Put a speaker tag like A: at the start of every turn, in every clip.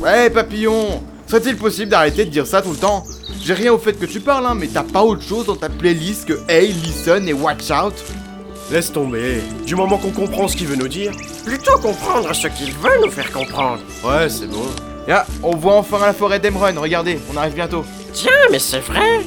A: Ouais, papillon Serait-il possible d'arrêter de dire ça tout le temps J'ai rien au fait que tu parles, hein, mais t'as pas autre chose dans ta playlist que Hey, Listen et Watch Out
B: Laisse tomber. Du moment qu'on comprend ce qu'il veut nous dire, plutôt comprendre ce qu'il veut nous faire comprendre. Ouais, c'est bon.
A: Et ah, on voit enfin la forêt d'Emrun, regardez, on arrive bientôt.
B: Tiens, mais c'est vrai.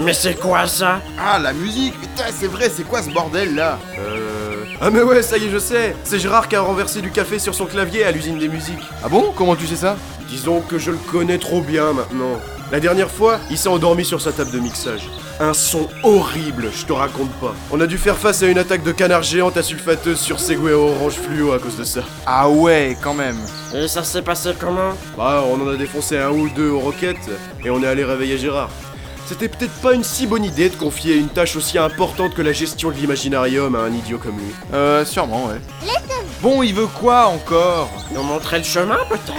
B: Mais c'est quoi ça
A: Ah, la musique Putain, c'est vrai, c'est quoi ce bordel là
B: Euh. Ah mais ouais, ça y est, je sais. C'est Gérard qui a renversé du café sur son clavier à l'usine des musiques.
A: Ah bon Comment tu sais ça
B: Disons que je le connais trop bien maintenant. La dernière fois, il s'est endormi sur sa table de mixage. Un son horrible, je te raconte pas. On a dû faire face à une attaque de canard géant à sulfateuse sur Segueo Orange Fluo à cause de ça.
A: Ah ouais, quand même.
C: Et ça s'est passé comment
B: Bah, on en a défoncé un ou deux aux roquettes, et on est allé réveiller Gérard. C'était peut-être pas une si bonne idée de confier une tâche aussi importante que la gestion de l'imaginarium à un idiot comme lui.
A: Euh, sûrement, ouais. Bon, il veut quoi encore
C: Nous montrer le chemin peut-être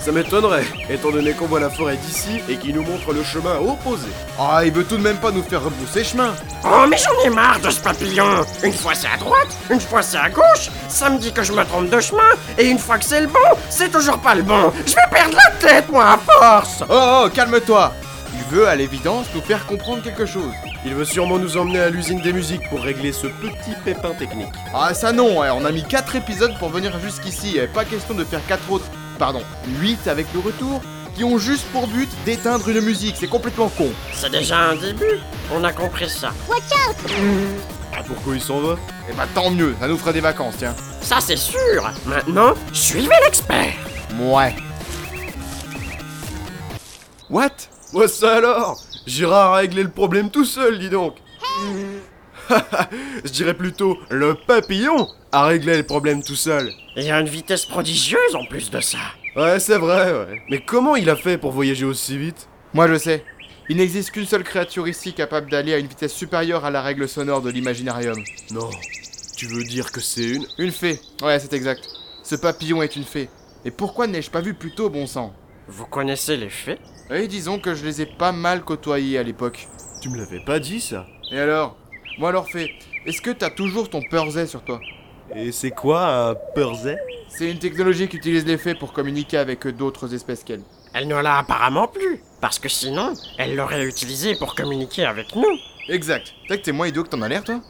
B: Ça m'étonnerait, étant donné qu'on voit la forêt d'ici et qu'il nous montre le chemin opposé.
A: Ah, il veut tout de même pas nous faire rebrousser chemin.
C: Oh mais j'en ai marre de ce papillon Une fois c'est à droite, une fois c'est à gauche, ça me dit que je me trompe de chemin, et une fois que c'est le bon, c'est toujours pas le bon Je vais perdre la tête moi à force
A: Oh, oh, calme-toi Il veut, à l'évidence, nous faire comprendre quelque chose.
B: Il veut sûrement nous emmener à l'usine des musiques pour régler ce petit pépin technique.
A: Ah, ça non, hein, on a mis 4 épisodes pour venir jusqu'ici, et pas question de faire 4 autres, pardon, 8 avec le retour, qui ont juste pour but d'éteindre une musique, c'est complètement con.
C: C'est déjà un début, on a compris ça.
B: Ah, pourquoi il s'en va
A: Et bah tant mieux, ça nous fera des vacances, tiens.
C: Ça c'est sûr Maintenant, suivez l'expert
A: Mouais. What
B: Ouais, ça alors Gérard a réglé le problème tout seul, dis donc Je dirais plutôt le papillon a réglé le problème tout seul.
C: Et à une vitesse prodigieuse en plus de ça
B: Ouais, c'est vrai, ouais. Mais comment il a fait pour voyager aussi vite
A: Moi je sais. Il n'existe qu'une seule créature ici capable d'aller à une vitesse supérieure à la règle sonore de l'imaginarium.
B: Non. Tu veux dire que c'est une
A: Une fée. Ouais, c'est exact. Ce papillon est une fée. Et pourquoi n'ai-je pas vu plus tôt, bon sang
C: Vous connaissez les faits
A: Et disons que je les ai pas mal côtoyés à l'époque.
B: Tu me l'avais pas dit ça
A: Et alors Moi alors fée, est-ce que t'as toujours ton Perset sur toi
B: Et c'est quoi un Perset
A: C'est une technologie qu'utilisent les fées pour communiquer avec d'autres espèces qu'elles.
C: Elle ne l'a apparemment plus, parce que sinon, elle l'aurait utilisé pour communiquer avec nous.
A: Exact. T'as que t'es moins idiot que t'en as l'air, toi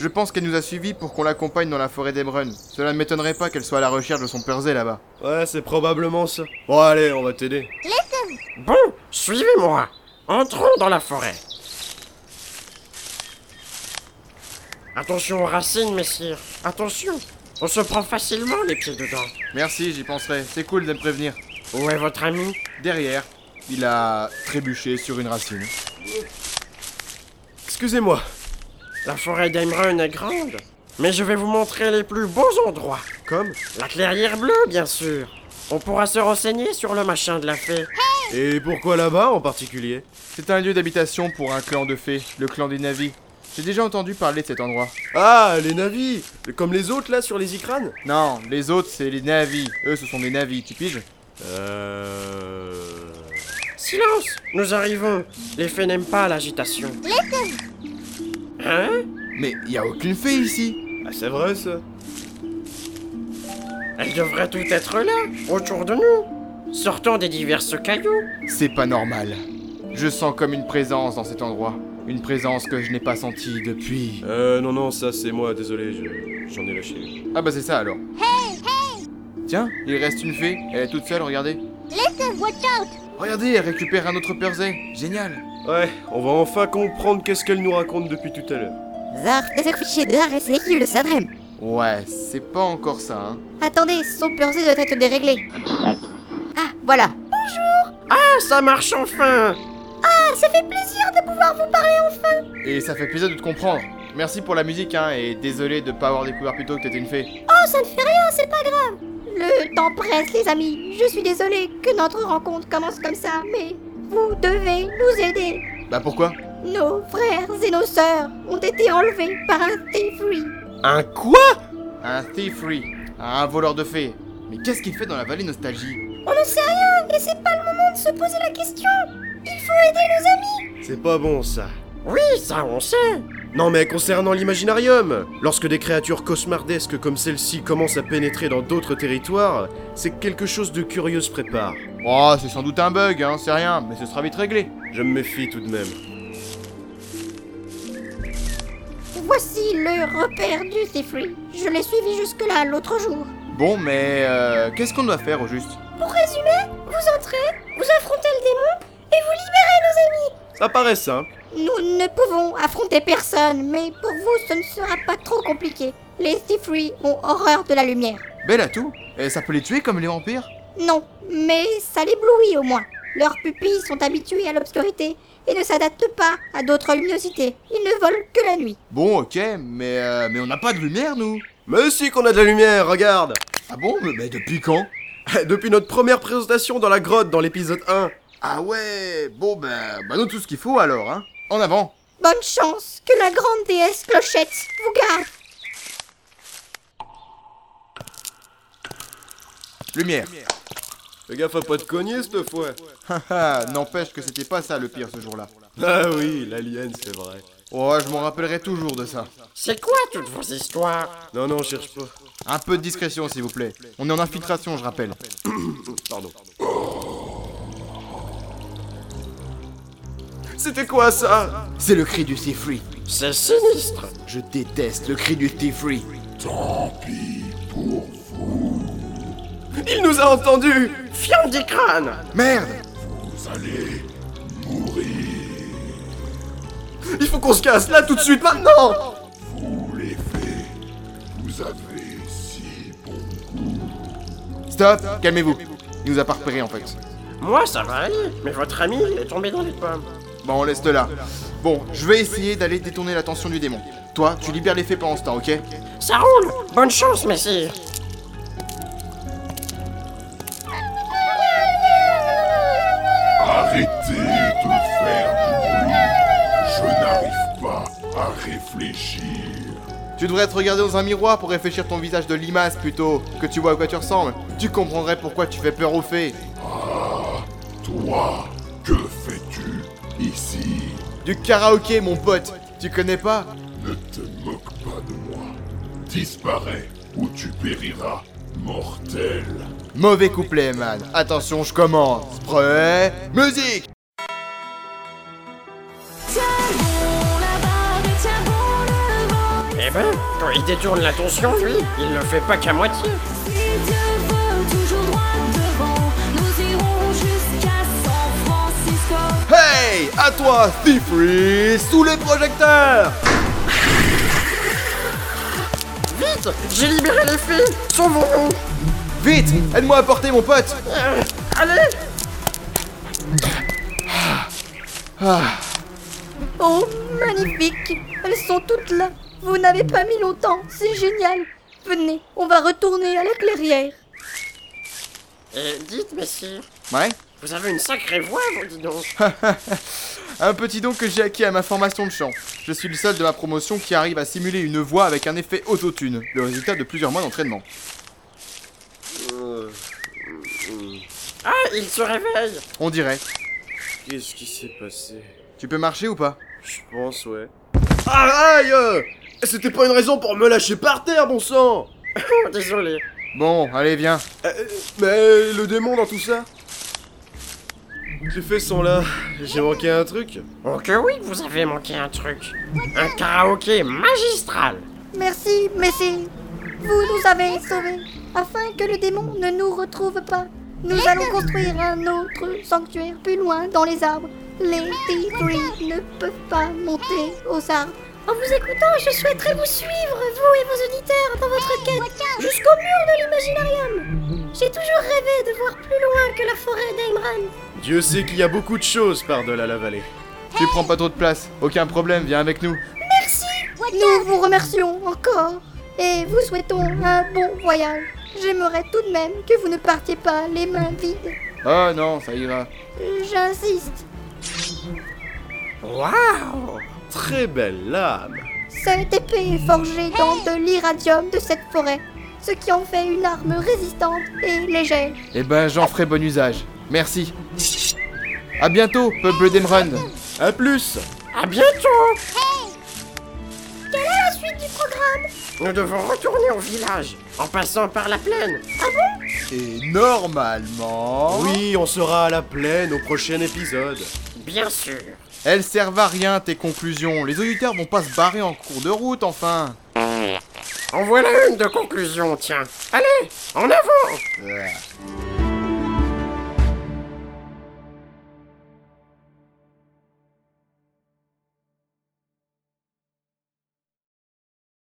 A: Je pense qu'elle nous a suivis pour qu'on l'accompagne dans la forêt d'Ebrun. Cela ne m'étonnerait pas qu'elle soit à la recherche de son Perset là-bas.
B: Ouais, c'est probablement ça. Bon, allez, on va t'aider.
C: Bon, suivez-moi. Entrons dans la forêt. Attention aux racines, messire. Attention. On se prend facilement les pieds dedans.
A: Merci, j'y penserai. C'est cool de me prévenir.
C: Où est votre ami
A: Derrière, il a trébuché sur une racine.
B: Excusez-moi.
C: La forêt d'Emerun est grande. Mais je vais vous montrer les plus beaux endroits.
B: Comme
C: La clairière bleue, bien sûr. On pourra se renseigner sur le machin de la fée.
B: Et pourquoi là-bas en particulier
A: C'est un lieu d'habitation pour un clan de fées, le clan des Navis. J'ai déjà entendu parler de cet endroit.
B: Ah, les navis Comme les autres là sur les icranes
A: Non, les autres, c'est les Navis. Eux, ce sont des Navis, tu piges
B: Euh.
C: Silence Nous arrivons. Les fées n'aiment pas l'agitation. Hein
A: Mais y a aucune fée ici
B: Ah, c'est vrai ça
C: Elles devraient toutes être là, autour de nous. Sortons des diverses cailloux.
A: C'est pas normal. Je sens comme une présence dans cet endroit. Une présence que je n'ai pas sentie depuis.
B: Euh, non, non, ça c'est moi, désolé, je- j'en ai lâché.
A: Ah bah c'est ça alors. Tiens, il reste une fée. Elle est toute seule, regardez. Regardez, elle récupère un autre Perset. Génial.
B: Ouais, on va enfin comprendre qu'est-ce qu'elle nous raconte depuis tout à l'heure.
D: Zarf de se coucher dehors et c'est qu'il le s'adrème.
A: Ouais, c'est pas encore ça, hein.
D: Attendez, son percé doit être déréglé. Ah, voilà.
C: Ah, ça marche enfin
D: Ah, Ça fait plaisir de pouvoir vous parler.
A: Et ça fait plaisir de te comprendre. Merci pour la musique, hein, et désolé de pas avoir découvert plus tôt que t'étais une fée.
D: Oh, ça ne fait rien, c'est pas grave. Le temps presse, les amis. Je suis désolée que notre rencontre commence comme ça, mais vous devez nous aider.
A: Bah pourquoi
D: Nos frères et nos sœurs ont été enlevés par un Tefri.
C: Un quoi
A: Un thiefery, un voleur de fées. Mais qu'est-ce qu'il fait dans la vallée nostalgie
D: On ne sait rien et c'est pas le moment de se poser la question. Il faut aider nos amis.
B: C'est pas bon ça.
C: Oui, ça on sait
B: Non mais concernant l'imaginarium, lorsque des créatures cauchemardesques comme celle-ci commencent à pénétrer dans d'autres territoires, c'est que quelque chose de curieux se prépare.
A: Oh, c'est sans doute un bug, hein, c'est rien, mais ce sera vite réglé.
B: Je me méfie tout de même.
D: Voici le repère du Thifri. Je l'ai suivi jusque-là l'autre jour.
A: Bon, mais euh, qu'est-ce qu'on doit faire au juste
D: Pour résumer, vous entrez, vous affrontez le démon et vous libérez nos amis.
B: Ça paraît simple.
D: Nous ne pouvons affronter personne, mais pour vous, ce ne sera pas trop compliqué. Les Stifree ont horreur de la lumière.
A: Belle atout. Et ça peut les tuer comme les vampires
D: Non, mais ça l'éblouit au moins. Leurs pupilles sont habituées à l'obscurité et ne s'adaptent pas à d'autres luminosités. Ils ne volent que la nuit.
A: Bon, ok, mais, euh, mais on n'a pas de lumière, nous
B: Mais si qu'on a de la lumière, regarde
A: Ah bon mais, mais depuis quand
B: Depuis notre première présentation dans la grotte dans l'épisode 1.
A: Ah ouais, bon, ben, bah, nous tout ce qu'il faut alors, hein. En avant
D: Bonne chance que la grande déesse Clochette vous garde.
A: Lumière
B: Fais gaffe à pas de cogner cette fois.
A: Haha, n'empêche que c'était pas ça le pire ce jour-là.
B: Ah oui, l'alien, c'est vrai.
A: Oh, je m'en rappellerai toujours de ça.
C: C'est quoi toutes vos histoires
B: Non, non, cherche pas.
A: Un peu de discrétion, s'il vous plaît. On est en infiltration, je rappelle.
B: Pardon. C'était quoi ça
A: C'est le cri du Seafree.
C: C'est sinistre.
A: Je déteste le cri du Seafree.
B: Il nous a entendus
C: Fion des crânes
A: Merde
B: Il faut qu'on se casse là tout de suite maintenant
A: Stop Calmez-vous. Il nous a pas repérés, en fait.
C: Moi ça va aller, mais votre ami il est tombé dans les pommes.
A: Bon, on laisse là. Bon, je vais essayer d'aller détourner l'attention du démon. Toi, tu libères les fées pendant ce temps, ok
C: Ça roule Bonne chance, messire
E: Arrêtez de faire du bruit. Je n'arrive pas à réfléchir.
A: Tu devrais te regarder dans un miroir pour réfléchir ton visage de limace plutôt que tu vois à quoi tu ressembles. Tu comprendrais pourquoi tu fais peur aux fées.
E: Toi, que fais-tu ici
A: Du karaoké, mon pote. Tu connais pas
E: Ne te moque pas de moi. Disparais ou tu périras, mortel.
A: Mauvais couplet, man. Attention, je commence. Prêt Musique
C: Eh ben, quand il détourne l'attention, lui, il le fait pas qu'à moitié.
F: Si Dieu veut, toujours droit devant, nous irons jusqu'à San Francisco.
A: Hey À toi, Stifree, sous les projecteurs
C: Vite J'ai libéré les filles Sauvons-nous
A: Vite Aide-moi à porter, mon pote
C: Euh, Allez
D: Oh, magnifique. Elles sont toutes là. Vous n'avez pas mis longtemps. C'est génial. Venez, on va retourner à la clairière.
C: Et dites, messire,
A: Ouais
C: vous avez une sacrée voix, vous, dis donc
A: Un petit don que j'ai acquis à ma formation de chant. Je suis le seul de ma promotion qui arrive à simuler une voix avec un effet autotune, le résultat de plusieurs mois d'entraînement.
C: Ah, il se réveille
A: On dirait.
B: Qu'est-ce qui s'est passé
A: Tu peux marcher ou pas
B: Je pense, ouais. Aïe C'était pas une raison pour me lâcher par terre, bon sang
C: Oh, Désolé.
A: Bon, allez, viens.
B: Euh, Mais le démon dans tout ça J'ai fait son là, j'ai manqué un truc.
C: Oh que oui, vous avez manqué un truc. Un karaoké magistral
D: Merci, Messie. Vous nous avez sauvés. Afin que le démon ne nous retrouve pas, nous allons construire un autre sanctuaire plus loin dans les arbres. Les Tigris ne peuvent pas monter aux arbres. En vous écoutant, je souhaiterais vous suivre, vous et vos auditeurs, dans votre quête, jusqu'au mur de l'imaginarium. J'ai toujours rêvé de voir plus loin que la forêt d'Aimran.
B: Dieu sait qu'il y a beaucoup de choses par-delà la vallée.
A: Tu prends pas trop de place. Aucun problème, viens avec nous.
D: Nous vous remercions encore et vous souhaitons un bon voyage. J'aimerais tout de même que vous ne partiez pas les mains vides.
A: Oh non, ça ira.
D: J'insiste,
C: Waouh
B: Très belle lame.
D: cette épée est forgée dans de l'iradium de cette forêt, ce qui en fait une arme résistante et légère.
A: Eh ben, j'en ferai bon usage. Merci. À bientôt, peuple d'Emerald.
B: A plus
C: À bientôt
D: suite du programme
C: Nous devons retourner au village, en passant par la plaine.
A: Et normalement...
B: Oui, on sera à la plaine au prochain épisode.
C: Bien sûr.
A: Elles servent à rien tes conclusions, les auditeurs vont pas se barrer en cours de route enfin
C: En voilà une de conclusion, tiens. Allez, en avant
A: Euh.